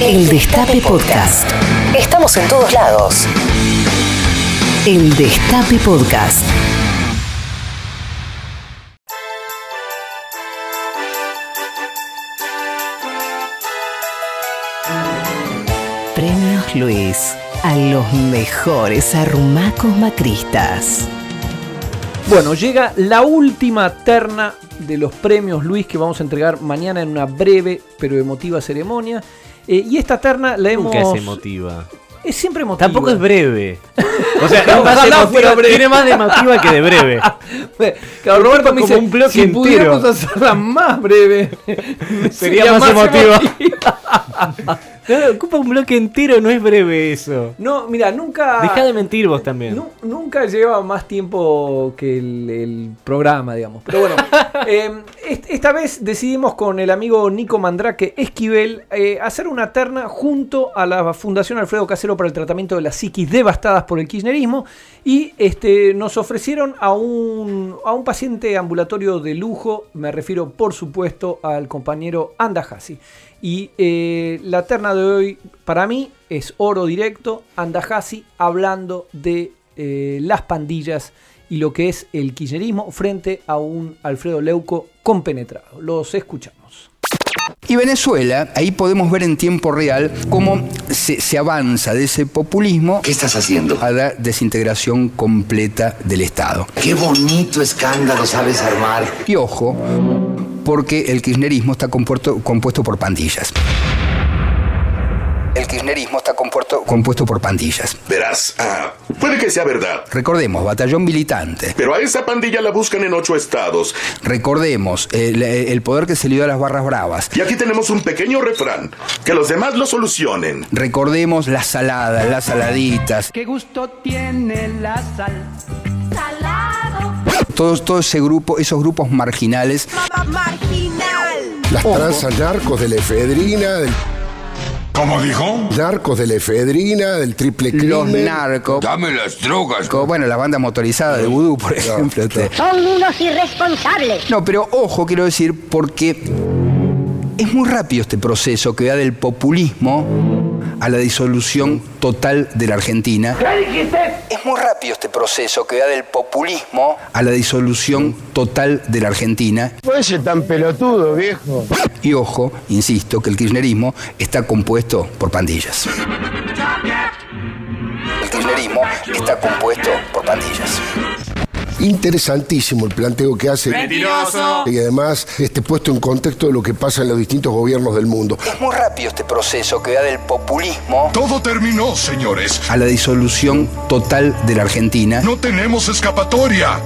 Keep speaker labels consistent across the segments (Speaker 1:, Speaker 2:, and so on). Speaker 1: El Destape Podcast. Estamos en todos lados. El Destape Podcast. Premios Luis a los mejores arrumacos macristas.
Speaker 2: Bueno, llega la última terna de los premios Luis que vamos a entregar mañana en una breve pero emotiva ceremonia. Eh, y esta terna la hemos.
Speaker 3: Nunca es emotiva.
Speaker 2: Es siempre emotiva.
Speaker 3: Tampoco es breve. O sea,
Speaker 2: No,
Speaker 3: es más
Speaker 2: ojalá
Speaker 3: emotiva-
Speaker 2: fuera breve.
Speaker 3: tiene más de emotiva que de breve.
Speaker 2: Bueno, claro, Roberto me
Speaker 3: como
Speaker 2: dice:
Speaker 3: un bloque
Speaker 2: si
Speaker 3: entero".
Speaker 2: pudiéramos hacerla más breve,
Speaker 3: Sería más emotiva. Claro, ocupa un bloque entero, no es breve eso.
Speaker 2: No, mira, nunca.
Speaker 3: Deja de mentir vos también.
Speaker 2: Nu- nunca lleva más tiempo que el, el programa, digamos. Pero bueno, eh, est- esta vez decidimos con el amigo Nico Mandrake Esquivel eh, hacer una terna junto a la Fundación Alfredo Casero para el tratamiento de las psiquis devastadas por el kirchnerismo. Y este, nos ofrecieron a un, a un paciente ambulatorio de lujo, me refiero por supuesto al compañero Andajasi. Y eh, la terna de hoy para mí es oro directo, Andajasi hablando de eh, las pandillas y lo que es el kirchnerismo frente a un Alfredo Leuco compenetrado. Los escuchamos.
Speaker 4: Y Venezuela, ahí podemos ver en tiempo real cómo se, se avanza de ese populismo
Speaker 5: ¿Qué estás haciendo?
Speaker 4: a la desintegración completa del Estado.
Speaker 5: Qué bonito escándalo sabes armar.
Speaker 4: Y ojo, porque el kirchnerismo está compuesto, compuesto por pandillas. El kirchnerismo está compuesto, compuesto por pandillas.
Speaker 6: Verás, ah, puede que sea verdad,
Speaker 4: Recordemos, batallón militante.
Speaker 6: pero a esa pandilla la buscan en ocho estados.
Speaker 4: Recordemos el, el poder que se le dio a las barras bravas.
Speaker 6: Y aquí tenemos un pequeño refrán, que los demás lo solucionen.
Speaker 4: Recordemos las saladas, las saladitas.
Speaker 7: Qué gusto tiene la sal.
Speaker 4: Todos, todo ese grupo, esos grupos marginales
Speaker 8: Las tranzas narcos de la efedrina, del
Speaker 6: ¿Cómo dijo?
Speaker 8: narcos de la efedrina, del triple crimen.
Speaker 4: los narcos,
Speaker 6: Dame las drogas.
Speaker 4: co- bueno, las bandas motorizadas de vudú, por ejemplo. este.
Speaker 9: Son unos irresponsables.
Speaker 4: No, pero ojo, quiero decir, porque es muy rápido este proceso que va del populismo a la disolución total de la Argentina. Es muy rápido este proceso que va del populismo a la disolución total de la Argentina.
Speaker 10: Puede ser tan pelotudo, viejo.
Speaker 4: Y ojo, insisto, que el kirchnerismo está compuesto por pandillas. El kirchnerismo está compuesto por pandillas.
Speaker 8: Interesantísimo el planteo que hace. Y además, este puesto en contexto de lo que pasa en los distintos gobiernos del mundo.
Speaker 4: Es muy rápido este proceso que va del populismo
Speaker 6: Todo terminó, señores.
Speaker 4: a la disolución total de la Argentina.
Speaker 6: No tenemos escapatoria.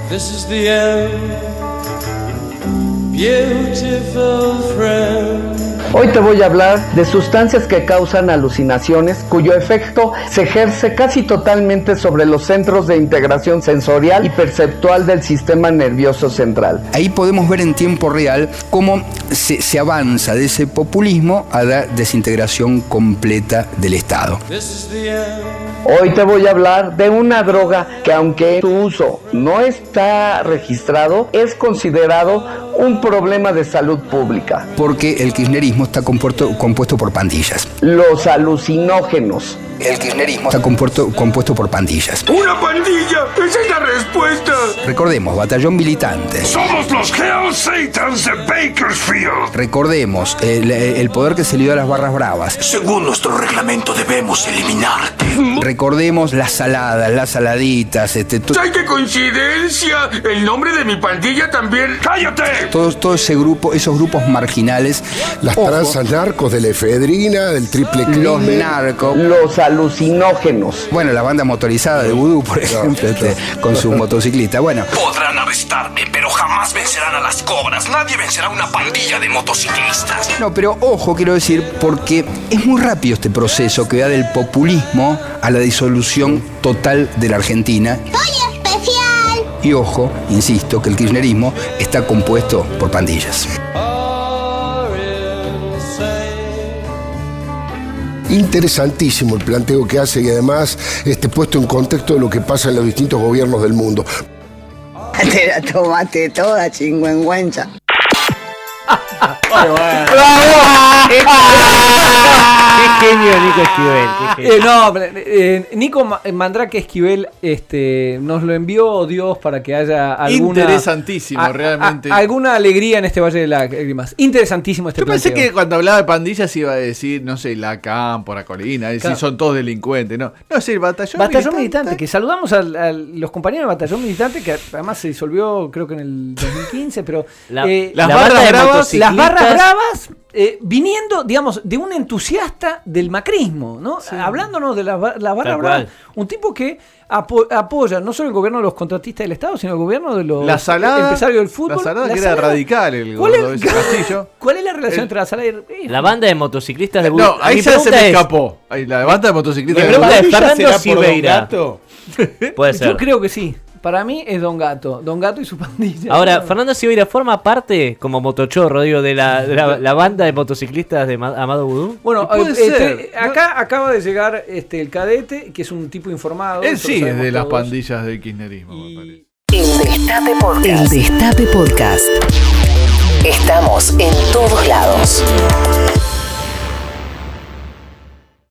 Speaker 7: Hoy te voy a hablar de sustancias que causan alucinaciones cuyo efecto se ejerce casi totalmente sobre los centros de integración sensorial y perceptual del sistema nervioso central.
Speaker 4: Ahí podemos ver en tiempo real cómo se, se avanza de ese populismo a la desintegración completa del Estado.
Speaker 7: Hoy te voy a hablar de una droga que aunque su uso no está registrado, es considerado un problema de salud pública.
Speaker 4: Porque el kirchnerismo está compuesto, compuesto por pandillas.
Speaker 7: Los alucinógenos.
Speaker 4: El kirchnerismo está compuesto, compuesto por pandillas.
Speaker 6: ¡Una pandilla! ¡Esa es la respuesta!
Speaker 4: Recordemos, batallón militante.
Speaker 6: ¡Somos los Hell Satans de Bakersfield!
Speaker 4: Recordemos el, el poder que se le dio a las barras bravas.
Speaker 5: Según nuestro reglamento debemos eliminarte.
Speaker 4: Recordemos las saladas, las saladitas, este, to-
Speaker 6: ¡Ay, qué coincidencia! El nombre de mi pandilla también... ¡Cállate!
Speaker 4: todo, todo ese grupo, esos grupos marginales.
Speaker 8: Las
Speaker 4: Ojo,
Speaker 8: tranzas narcos de la efedrina, del triple crimen.
Speaker 4: los narcos.
Speaker 7: Los alucinógenos.
Speaker 4: Bueno, la banda motorizada de Vudú, por ejemplo, este, con su motociclista. Bueno,
Speaker 5: Podrán arrestarme, pero jamás vencerán a las cobras. Nadie vencerá a una pandilla de motociclistas.
Speaker 4: no, pero ojo, quiero decir, porque es muy rápido este proceso que va del populismo a la disolución total de la Argentina.
Speaker 9: Soy especial.
Speaker 4: Y ojo, insisto, que el kirchnerismo está compuesto por pandillas.
Speaker 8: Interesantísimo el planteo que hace y además, este puesto en contexto de lo que pasa en los distintos gobiernos del mundo.
Speaker 9: Te la tomaste toda, chingüengüencha.
Speaker 3: ¡Qué Nico Esquivel. qué
Speaker 2: Eh,
Speaker 3: genio.
Speaker 2: no, eh, Nico Ma- Mandrake Esquivel este, nos lo envió Dios para que haya alguna.
Speaker 11: Interesantísimo, realmente.
Speaker 2: a- alguna alegría en este Valle de Lágrimas. Interesantísimo este
Speaker 11: Yo pensé
Speaker 2: planteo.
Speaker 11: que cuando hablaba de pandillas iba a decir, no sé, la cámpora, colina, es decir,
Speaker 2: Claro.
Speaker 11: son todos delincuentes, no. No, es el batallón.
Speaker 2: Batallón Militante, que saludamos al- a, los compañeros de Batallón Militante, que además se disolvió creo que en el 2015, pero
Speaker 3: La-
Speaker 2: eh,
Speaker 3: la barra de motociclistas-
Speaker 2: las barras bravas eh, viniendo, digamos, de un entusiasta del macrismo, ¿no? Hablándonos de la, ba- la barra
Speaker 3: Tal
Speaker 2: brava,
Speaker 3: cual.
Speaker 2: un tipo que apo- apoya no solo el gobierno de los contratistas del Estado, sino el gobierno de los
Speaker 11: La salada.
Speaker 2: empresarios del fútbol.
Speaker 11: La salada
Speaker 2: La
Speaker 11: que era
Speaker 2: Salada-
Speaker 11: radical el
Speaker 2: ¿Cuál
Speaker 11: gordo
Speaker 2: es-
Speaker 11: ese castillo.
Speaker 2: ¿Cuál es la relación
Speaker 11: El-
Speaker 2: entre la salada y
Speaker 3: La banda de motociclistas de Bur-
Speaker 11: No, ahí
Speaker 3: Mi
Speaker 11: ya se
Speaker 3: pregunta
Speaker 11: me
Speaker 3: es-
Speaker 11: escapó. Ahí, la banda de motociclistas.
Speaker 3: Mi
Speaker 11: de
Speaker 3: pregunta es,
Speaker 11: Bolivia
Speaker 3: ¿Fernando
Speaker 11: será por Don
Speaker 3: Silveira?
Speaker 11: Gato?
Speaker 3: Puede
Speaker 2: Yo
Speaker 3: ser.
Speaker 2: creo que sí. Para mí es Don Gato. Don Gato y su pandilla.
Speaker 3: Ahora, Fernando Silveira forma parte, como motochorro, digo, de la, de la- la banda de motociclistas de Ma- Amado Vudú.
Speaker 2: Bueno,
Speaker 11: Puede
Speaker 2: eh, este,
Speaker 11: ser,
Speaker 2: acá acaba de llegar este, el cadete, que es un tipo informado.
Speaker 11: Él
Speaker 2: eso lo
Speaker 11: Eh, sí es
Speaker 2: sabemos
Speaker 11: de las
Speaker 2: todos.
Speaker 11: pandillas del kirchnerismo. me parece.
Speaker 1: El Destape Podcast. El Destape Podcast. Estamos en todos lados.